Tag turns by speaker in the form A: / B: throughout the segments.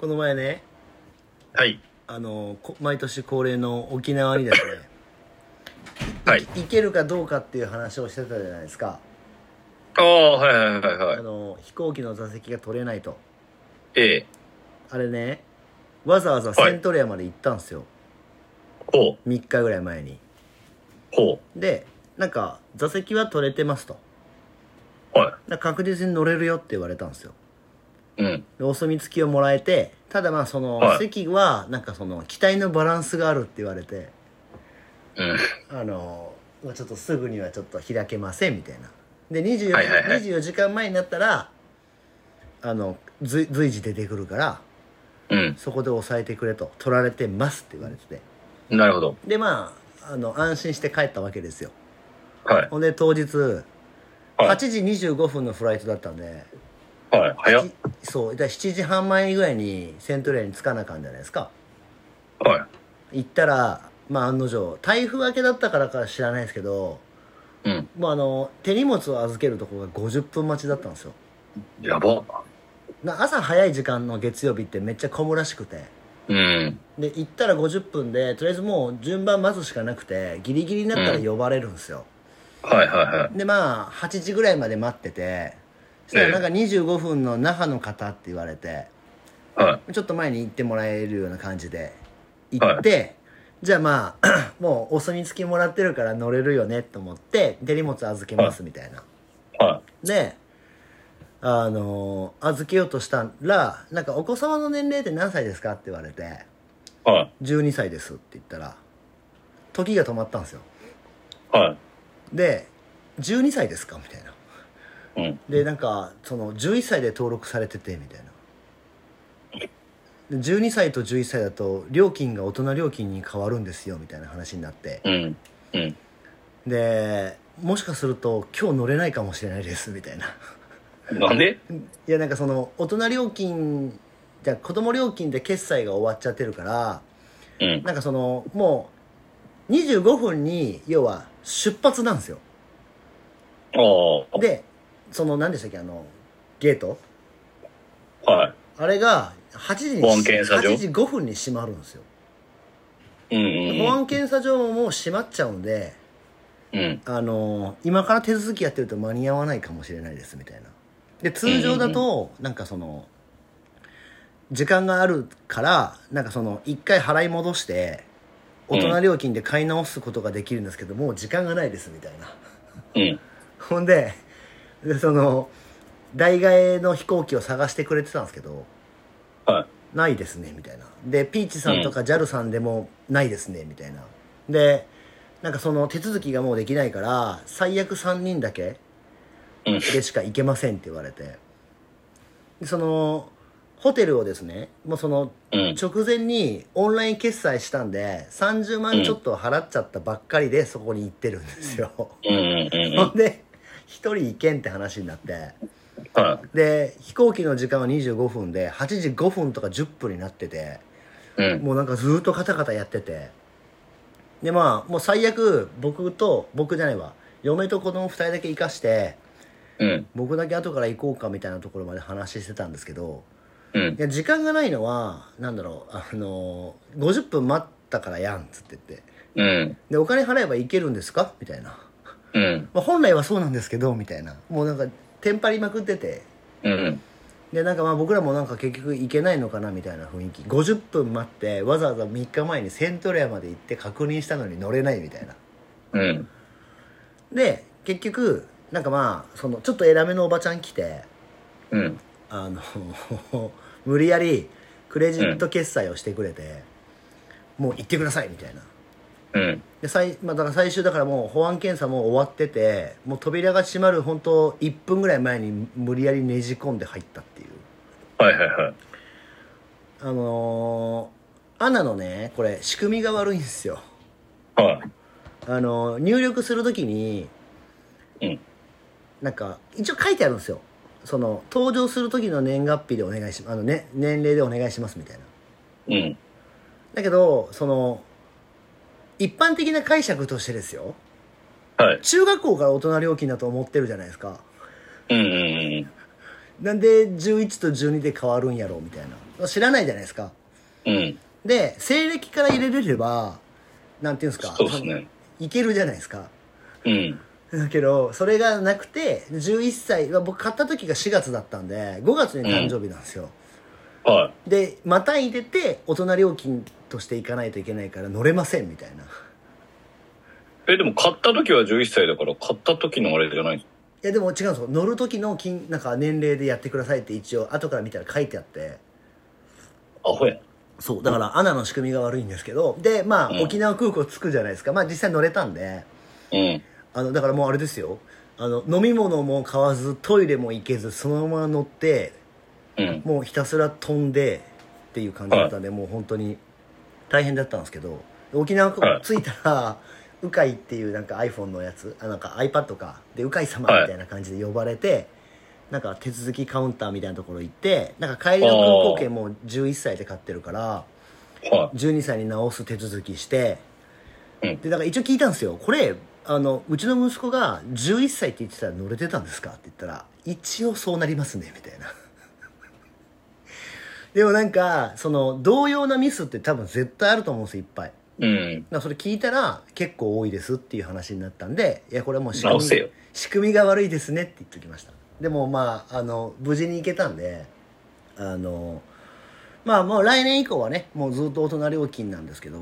A: この前ね
B: はい。
A: あのこ毎年恒例の沖縄にですね
B: はい。
A: 行けるかどうかっていう話をしてたじゃないですか、
B: ああ、はいはいはいはい
A: あ
B: はい。
A: の飛行機の座席が取れないと
B: ええ。
A: あれねわざわざセントレアまで行ったんですよ、
B: ほう、
A: 3日ぐらい前に
B: ほ
A: でなんか座席は取れてますと
B: う、は
A: だから確実に乗れるよって言われたんですよ
B: い。うん。
A: でお墨付きをもらえてただまあその、
B: はい
A: 席はなんかその機体のバランスがあるって言われて
B: うん。
A: あのまあちょっとすぐにはちょっと開けませんみたいなで 24,、
B: はいはいはい
A: 24時間前になったらあの随随時出てくるから
B: うん。
A: そこで押さえてくれと取られてますって言われてて
B: なるほど。
A: でまああの安心して帰ったわけですよ
B: はい。
A: ほんで当日
B: は
A: 8時25分のフライトだったんで
B: い。はい。早っ。
A: そうだから7時半前ぐらいにセントレアに着かなあかんじゃないですか
B: は
A: 行ったらまあ案の定台風明けだったからか知らないですけど
B: い。うん。
A: もうあの手荷物を預けるところが50分待ちだったんですよ
B: やば。
A: な朝早い時間の月曜日ってめっちゃ混むらしくて
B: うん。
A: で行ったら50分でとりあえずもう順番待つしかなくてギリギリになったら呼ばれるんですよ、
B: はいはいはい。
A: でまあ8時ぐらいまで待っててそしたらなんか25分の那覇の方って言われて
B: は
A: ちょっと前に行ってもらえるような感じで行って、じゃあまあ もうお墨付きもらってるから乗れるよねと思って手荷物預けますみたいな、
B: い。は
A: であの預けようとしたらなんかお子様の年齢って何歳ですかって言われて
B: い。は
A: 12歳ですって言ったら時が止まったんですよ
B: い。は。
A: で12歳ですかみたいない
B: うん。
A: でなんかその11歳で登録されててみたいなで12歳と11歳だと料金が大人料金に変わるんですよみたいな話になって
B: うん。うん。
A: でもしかすると今日乗れないかもしれないですみたいな
B: なんで
A: いやなんかその大人料金じゃあ子供料金で決済が終わっちゃってるから
B: うん。
A: なんかそのもう25分に要は出発なんですよ
B: ああ。
A: でその何でしたっけあのゲート
B: は
A: あれが8時に
B: 保安検査場
A: 8時5分に閉まるんですよ、
B: い。うん
A: 保
B: うん。
A: 安検査場ももう閉まっちゃうんで
B: うん。
A: あの今から手続きやってると間に合わないかもしれないですみたいなで通常だとなんかその時間があるからなんかその一回払い戻して大人料金で買い直すことができるんですけどもう時間がないですみたいな
B: うん。
A: ほんででその代替えの飛行機を探してくれてたんですけど
B: は
A: ないですねみたいなでピーチさんとか JAL さんでもないですねみたいなでなんかその手続きがもうできないから最悪3人だけ
B: い。うん。
A: でしか行けませんって言われてでそのホテルをですねもうその
B: うん。
A: 直前にオンライン決済したんで30万ちょっと払っちゃったばっかりでそこに行ってるんですよ、
B: うんうんうん。
A: ほん で1人行けんって話になって
B: は
A: で飛行機の時間は25分で8時5分とか10分になってて
B: い。うん。
A: もうなんかずーっとカタカタやっててでまあもう最悪僕と僕じゃないわ嫁と子供2人だけ生かして
B: うん。
A: 僕だけ後から行こうかみたいなところまで話してたんですけど
B: うん
A: い。や時間がないのはなんだろうあのー50分待ったからやんっつって言って
B: うん。
A: でお金払えば行けるんですかみたいな、
B: うん。
A: まあ、本来はそうなんですけどみたいなもうなんかテンパりまくってて
B: うん。
A: でなんかまあ僕らもなんか結局行けないのかなみたいな雰囲気50分待ってわざわざ3日前にセントレアまで行って確認したのに乗れないみたいな
B: うん。
A: で結局なんかまあそのちょっと偉めのおばちゃん来て
B: うん。
A: あの 無理やりクレジット決済をしてくれて、もう行ってくださいみたいな
B: うん。
A: で最,、まあ、だから最終だからもう保安検査もう終わっててもう扉が閉まる本当1分ぐらい前に無理やりねじ込んで入ったっていう
B: はいはいはい。
A: あのーアナのねこれ仕組みが悪いんですよ
B: は
A: あのー入力するときに
B: い。うん。
A: なんか一応書いてあるんですよその登場する時の年月日でお願いしあの、ね、年齢でお願いしますみたいな
B: うん。
A: だけどその一般的な解釈としてですよ
B: はい。
A: 中学校から大人料金だと思ってるじゃないですか
B: うんうん
A: なんで11と12で変わるんやろみたいな知らないじゃないですか
B: うん。
A: で西暦から入れれればなんていうんですか
B: そうですね。
A: いけるじゃないですか
B: うん。
A: だけどそれがなくて11歳まあ僕買った時が4月だったんで5月に誕生日なんですよ、
B: は
A: でまた入れて大人料金としていかないといけないから乗れませんみたいない
B: い。え、でも買った時は11歳だから、買った時のあれじゃないんです
A: やでも違うんですよ乗る時の金なんか年齢でやってくださいって一応後から見たら書いてあって
B: アホや。
A: そうだからアナの仕組みが悪いんですけどでまあ、
B: うん
A: 沖縄空港着くじゃないですかまあ実際乗れたんで
B: うん。
A: あのだからもうあれですよあの飲み物も買わずトイレも行けずそのまま乗って
B: うん。
A: もうひたすら飛んでっていう感じだったんで、もう本当に大変だったんですけど沖縄
B: はい
A: 着いたら、 うかいっていうなんか iPhone のやつあなんか iPad かでうかい様みたいな感じで呼ばれて、なんか手続きカウンターみたいなところ行ってなんか帰りの空港券も11歳で買ってるから
B: は
A: 12歳に直す手続きして、
B: うん
A: でだから一応聞いたんですよこれあのうちの息子が11歳って言ってたら乗れてたんですかって言ったら一応そうなりますねみたいなでもなんかその同様なミスって多分絶対あると思うんですよいっぱいだか
B: い。うん。
A: らそれ聞いたら結構多いですっていう話になったんでいやこれはもう仕組
B: 直せ
A: み
B: よ。
A: 仕組みが悪いですねって言ってきましたでもまああの無事に行けたんであのまあもう来年以降はねもうずっと大人料金なんですけど、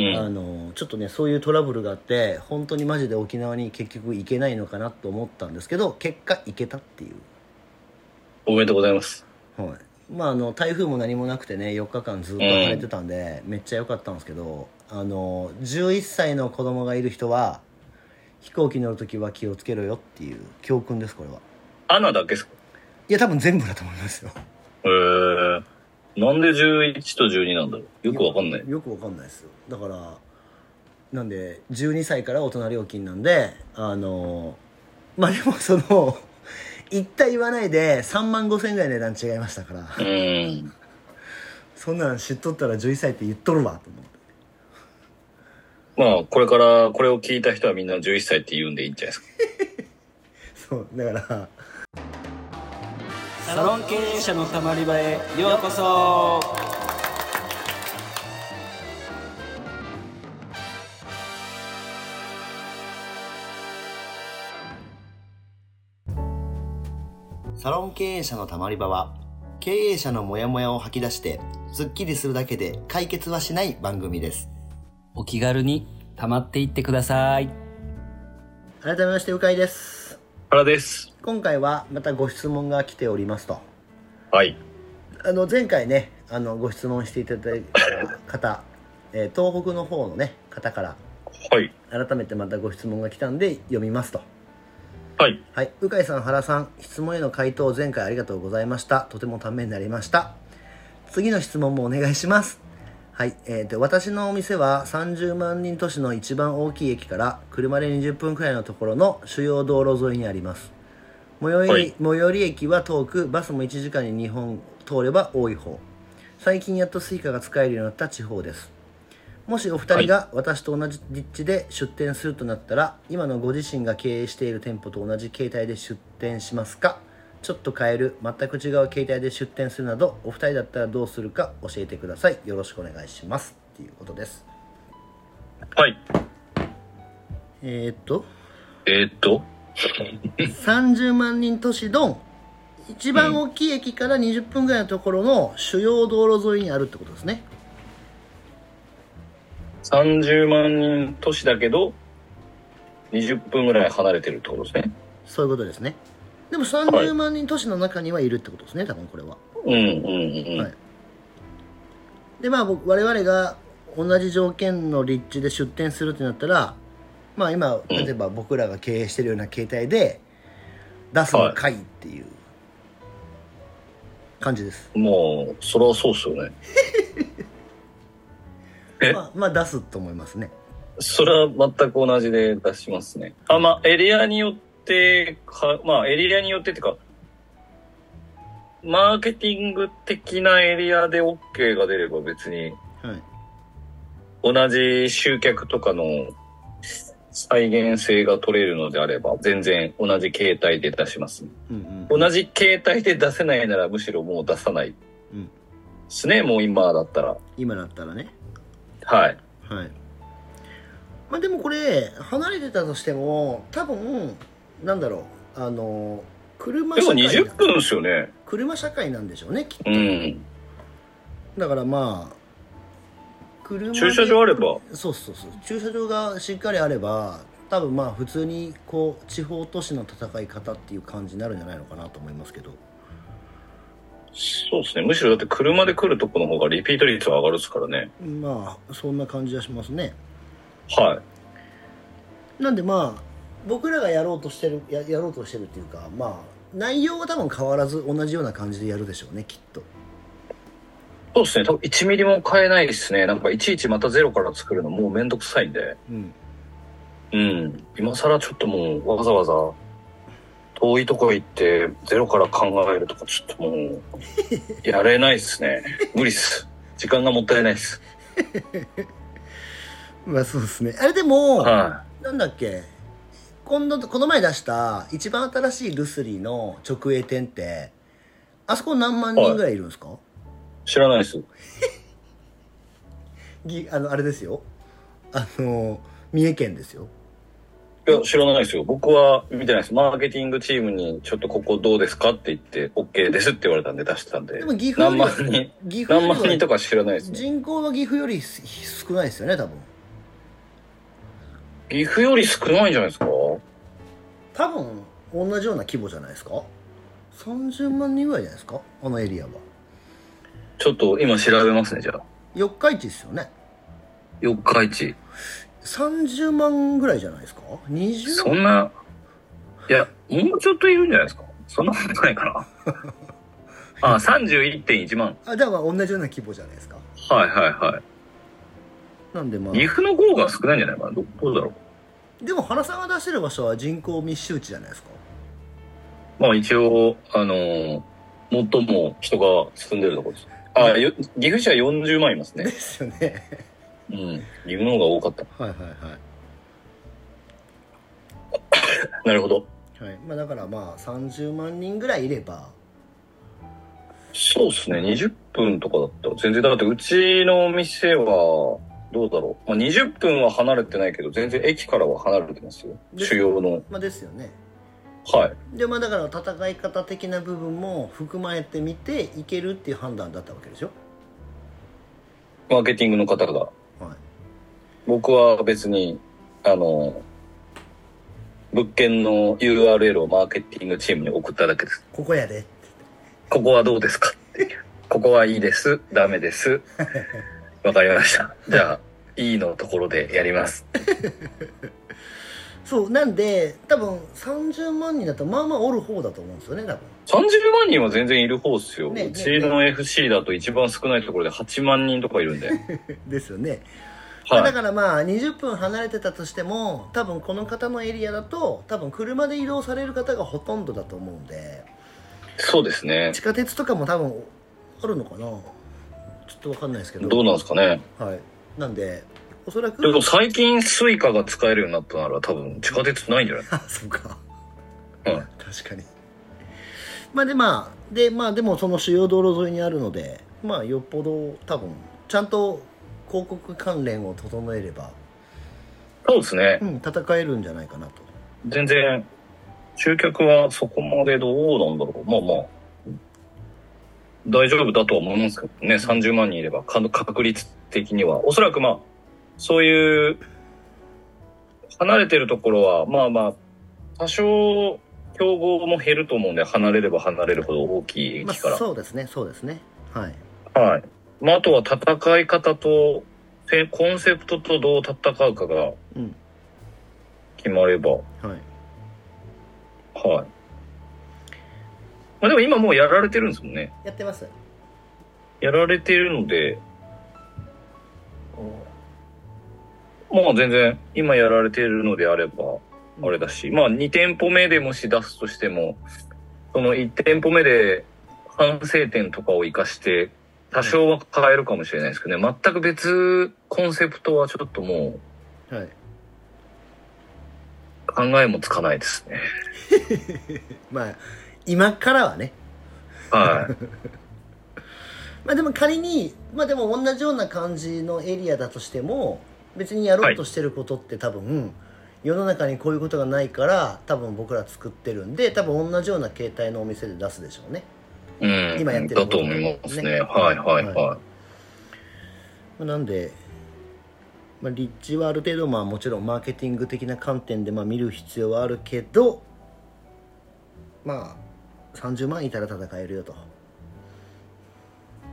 A: あ
B: ん。
A: のちょっとねそういうトラブルがあって本当にマジで沖縄に結局行けないのかなと思ったんですけど結果行けたっていう、
B: おめでとうございます。
A: はい、まああの台風も何もなくてね4日間ずっと晴れてたんで、めっちゃ良かったんですけどあの11歳の子供がいる人は飛行機乗るときは気をつけろよっていう教訓ですこれは。
B: アナだけですか
A: いや、多分全部だと思いますよ。
B: へえー。なんで11と12なんだろうよくわかんない。
A: よくわかんないですよ。だから、なんで、12歳から大人料金なんで、あの、まあ、でもその、言った言わないで3万5千円ぐらい値段違いましたから、
B: うん。
A: そんなん知っとったら11歳って言っとるわ、と思って。
B: まあ、これから、これを聞いた人はみんな11歳って言うんでいいんじゃないですか。
A: そう、だから、
C: サロン経営者のたまり場へようこそ
A: サロン経営者のたまり場は、経営者のモヤモヤを吐き出して、スッキリするだけで解決はしない番組です。
C: お気軽にたまっていってください
A: 改めまして、うかいです。
B: 原です。
A: 今回はまたご質問が来ておりますと。
B: はい。
A: あの前回ねあのご質問していただいた方、えー東北の方のね方から
B: はい。
A: 改めてまたご質問が来たんで読みますと
B: はい。
A: はい鵜飼さん原さん質問への回答前回ありがとうございましたとてもためになりました次の質問もお願いしますはい、えー、と私のお店は30万人都市の一番大きい駅から車で20分くらいのところの主要道路沿いにあります最寄り、
B: はい
A: 最寄り駅は遠くバスも1時間に2本通れば多い方最近やっとスイカが使えるようになった地方ですもしお二人が私と同じ立地で出店するとなったら、今のご自身が経営している店舗と同じ形態で出店しますかちょっと変える全く違う形態で出店するなどお二人だったらどうするか教えてくださいよろしくお願いしますっていうことです
B: はい。
A: えー、っと
B: えーっと、
A: 30万人都市の一番大きい駅から20分ぐらいのところの主要道路沿いにあるってことですね
B: 30万人都市だけど、20分ぐらい離れてるってことですね。
A: そういうことですねでも
B: はい
A: 30万人都市の中にはいるってことですね多分これは
B: うんうんうん。
A: はいでまあ僕我々が同じ条件の立地で出店するってなったらまあ今
B: うん
A: 例えば僕らが経営してるような形態で出すのかいっていう感じです、
B: もう、それはそうっすよね。え
A: まあ、まあ出すと思いますね
B: それは全く同じで出しますね。あ、まあ、エリアによってか、まあ、エリアによってってか、マーケティング的なエリアで OK が出れば別に
A: はい
B: 同じ集客とかの再現性が取れるのであれば、全然同じ携帯で出します、ね。
A: うんうん
B: 同じ携帯で出せないなら、むしろもう出さない
A: うん
B: ですね、もう今だったら。
A: 今だったらね
B: はい。
A: はいまあでもこれ離れてたとしても多分なんだろうあの車
B: で
A: 社
B: も
A: 会な
B: 20分ですよね。
A: 車社会なんでしょうねきっと
B: うん。
A: だからまあ車で
B: 駐車場あれば。
A: そうそうそう駐車場がしっかりあれば多分まあ普通にこう地方都市の戦い方っていう感じになるんじゃないのかなと思いますけど
B: そうですね。むしろだって車で来るとこの方がリピート率は上がるですからね。
A: まあそんな感じはしますね
B: は
A: なんでまあ僕らがやろうとしてるややろうとしてるっていうかまあ内容は多分変わらず同じような感じでやるでしょうねきっと
B: い。そうですね。多分1ミリも買えないですね。なんかいちいちまたゼロから作るのもうめんどくさいんで。
A: うん
B: うん。今更ちょっともうわざわざ遠いとこ行ってゼロから考えるとかちょっともうやれないですね。無理っす。時間がもったいないっす。
A: まあそうですねあれでも、
B: は
A: なんだっけ今度この前出した一番新しいルスリーの直営店ってあそこ何万人ぐらいいるんですか、
B: い。知らないっす。
A: ぎあのあれですよあの三重県ですよ
B: いや、知らないですよ。僕は見てないです。マーケティングチームに、ちょっとここどうですかって言って、OK ですって言われたんで出したんで。
A: でも岐阜よ
B: 何
A: り
B: 万人、
A: 岐阜
B: 何万
A: よ
B: 人
A: り
B: と
A: は
B: か知らないです、ね。
A: 人口は岐阜より少ないですよね多分
B: 岐阜より少ないんじゃないですか
A: 多分同じような規模じゃないですか30万人ぐらいじゃないですかあのエリアは
B: ちょっと今調べますね、じゃあ。
A: 四日市ですよね
B: 四日市。
A: 30万ぐらいじゃないですか
B: そ
A: 20
B: んな、いや、もうちょっといるんじゃないですかそんなことないか な。あ、31.1万。
A: あじゃあまあ同じような規模じゃないですか
B: はいはいは
A: なんでまあ
B: い。岐阜の方が少ないんじゃないかなどどうだろ
A: でも原さんが出してる場所は人口密集地じゃないですか
B: う。まあ一応、あのー最も人が住んでるところです。あ、よ岐阜市は40万いますね
A: で。すよね
B: うん。岐阜の方が多かった。
A: はいはいはい
B: なるほど。
A: はいまあだからまあ30万人ぐらいいれば
B: そうですね。20分とかだったら全然、だってうちの店は、どうだろう。まあ、20分は離れてないけど、全然駅からは離れてますよ。
A: で
B: 主要の。
A: まあですよね
B: はい。
A: でまあだから戦い方的な部分も含まれてみていけるっていう判断だったわけでしょ
B: マーケティングの方が。
A: はい
B: 僕は別に、あの、物件の URL をマーケティングチームに送っただけです。
A: ここやで
B: ここはどうですかっていうここはいいです。ダメ です。わかりました。じゃあ、いいのところでやります。
A: そうなんで多分30万人だとまあまあおる方だと思うんですよね多分
B: 30万人は全然いる方っすよ。
A: ねね
B: うちの FC だと一番少ないところで8万人とかい るんで。
A: ですよね、まあ
B: は
A: だ
B: い。
A: からまあ20分離れてたとしても多分この方のエリアだと多分車で移動される方がほとんどだと思うんで
B: そうですね
A: 地。下鉄とかも多分あるのかなちょっとわかんないですけど
B: どうなんですかね。
A: はいなんでおそらく
B: でも最近スイカが使えるようになったなら多分地下鉄ないんじゃない
A: あそうか
B: うん
A: 確かにまあでまあでまあでもその主要道路沿いにあるのでまあよっぽど多分ちゃんと広告関連を整えれば、
B: そうですね
A: う。ん、戦えるんじゃないかなと
B: 全然、集客はそこまでどうなんだろう。まあまあ。大丈夫だとは思いますけどね。30万人いれば、か確率的には。おそらくまあ、そういう、離れてるところは、まあまあ、多少、競合も減ると思うんで、離れれば離れるほど大きい
A: まあ
B: 駅から。
A: そうですねそうですねはい
B: はい。まあ、あとは戦い方と、せコンセプトとどう戦うかが
A: うん
B: 決まれば、
A: はい
B: はい。まあでも今もうやられてるんですもんね。
A: やってます
B: やられてるので、まあ全然今やられてるのであれば、あれだし、まあ2店舗目でもし出すとしても、その1店舗目で反省点とかを活かして、多少は変えるかもしれないですけどね、全く別コンセプトはちょっともう
A: はい
B: 考えもつかないですね。
A: まあ今からはね
B: はい。
A: まあでも仮にまあでも同じような感じのエリアだとしても別にやろうとしてることって多分、世の中にこういうことがないから多分僕ら作ってるんで多分同じような形態のお店で出すでしょうね
B: うん、
A: 今やってる
B: だと思いますね。
A: ね
B: はいはいは
A: は
B: い。
A: まあなんで、まあ、立地はある程度まあもちろんマーケティング的な観点でまあ見る必要はあるけどまあ30万いたら戦えるよと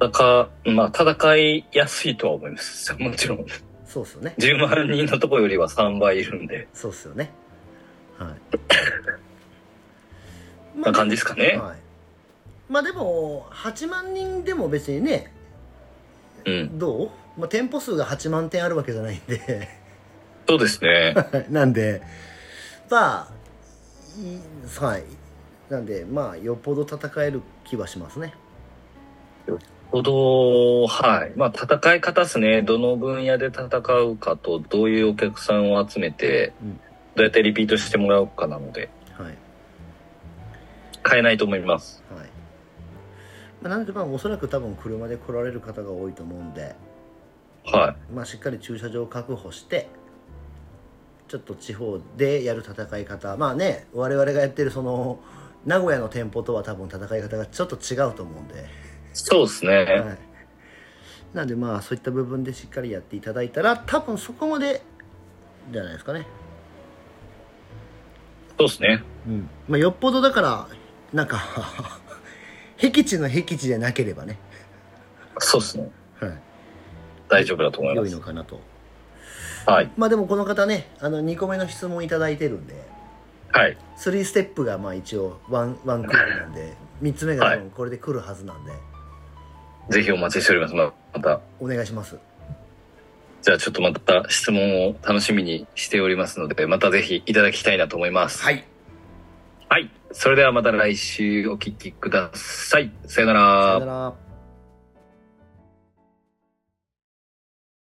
B: 戦、まあ、戦いやすいとは思います。 もちろん。
A: そうっすよね
B: 10万人のとこよりは3倍いるんで、
A: そうっすよねはい
B: な感じですかね。
A: はい、まあでも8万人でも別にね
B: うん。
A: どう、まあ、店舗数が8万店あるわけじゃないんで
B: そうですね。
A: なんでまあいはいなんでまあよっぽど戦える気はしますね
B: ほど、はい。まあ、戦い方ですね。どの分野で戦うかと、どういうお客さんを集めて
A: うん、
B: どうやってリピートしてもらうかなので、
A: はい
B: 変えないと思います。
A: はい、まあ、なのでまあおそらく多分車で来られる方が多いと思うんで、
B: は
A: まあ、しっかり駐車場を確保してちょっと地方でやる戦い方まあね我々がやってるその名古屋の店舗とは多分戦い方がちょっと違うと思うんで、
B: い。そうですね。
A: はい、なんでまあそういった部分でしっかりやっていただいたら多分そこまでじゃないですかね
B: そうですね。
A: うんまあよっぽどだからなんか 僻地の僻地でなければね、
B: そうですね。
A: はい、
B: 大丈夫だと思い
A: 良
B: ま
A: い
B: す
A: の。かなと
B: はい。
A: まあでもこの方ねあの2個目の質問いただいてるんで
B: はい。
A: 3ステップがまあ一応ワンワンクールなんで3つ目が
B: は
A: 多
B: い
A: 分これで来るはずなんで、
B: ぜひお待ちしております。ままた。
A: お願いします
B: じゃあちょっとまた質問を楽しみにしておりますので、またぜひいただきたいなと思います。
A: はい
B: はい。それではまた来週お聞きください。さよ
A: さ
B: う
A: よなら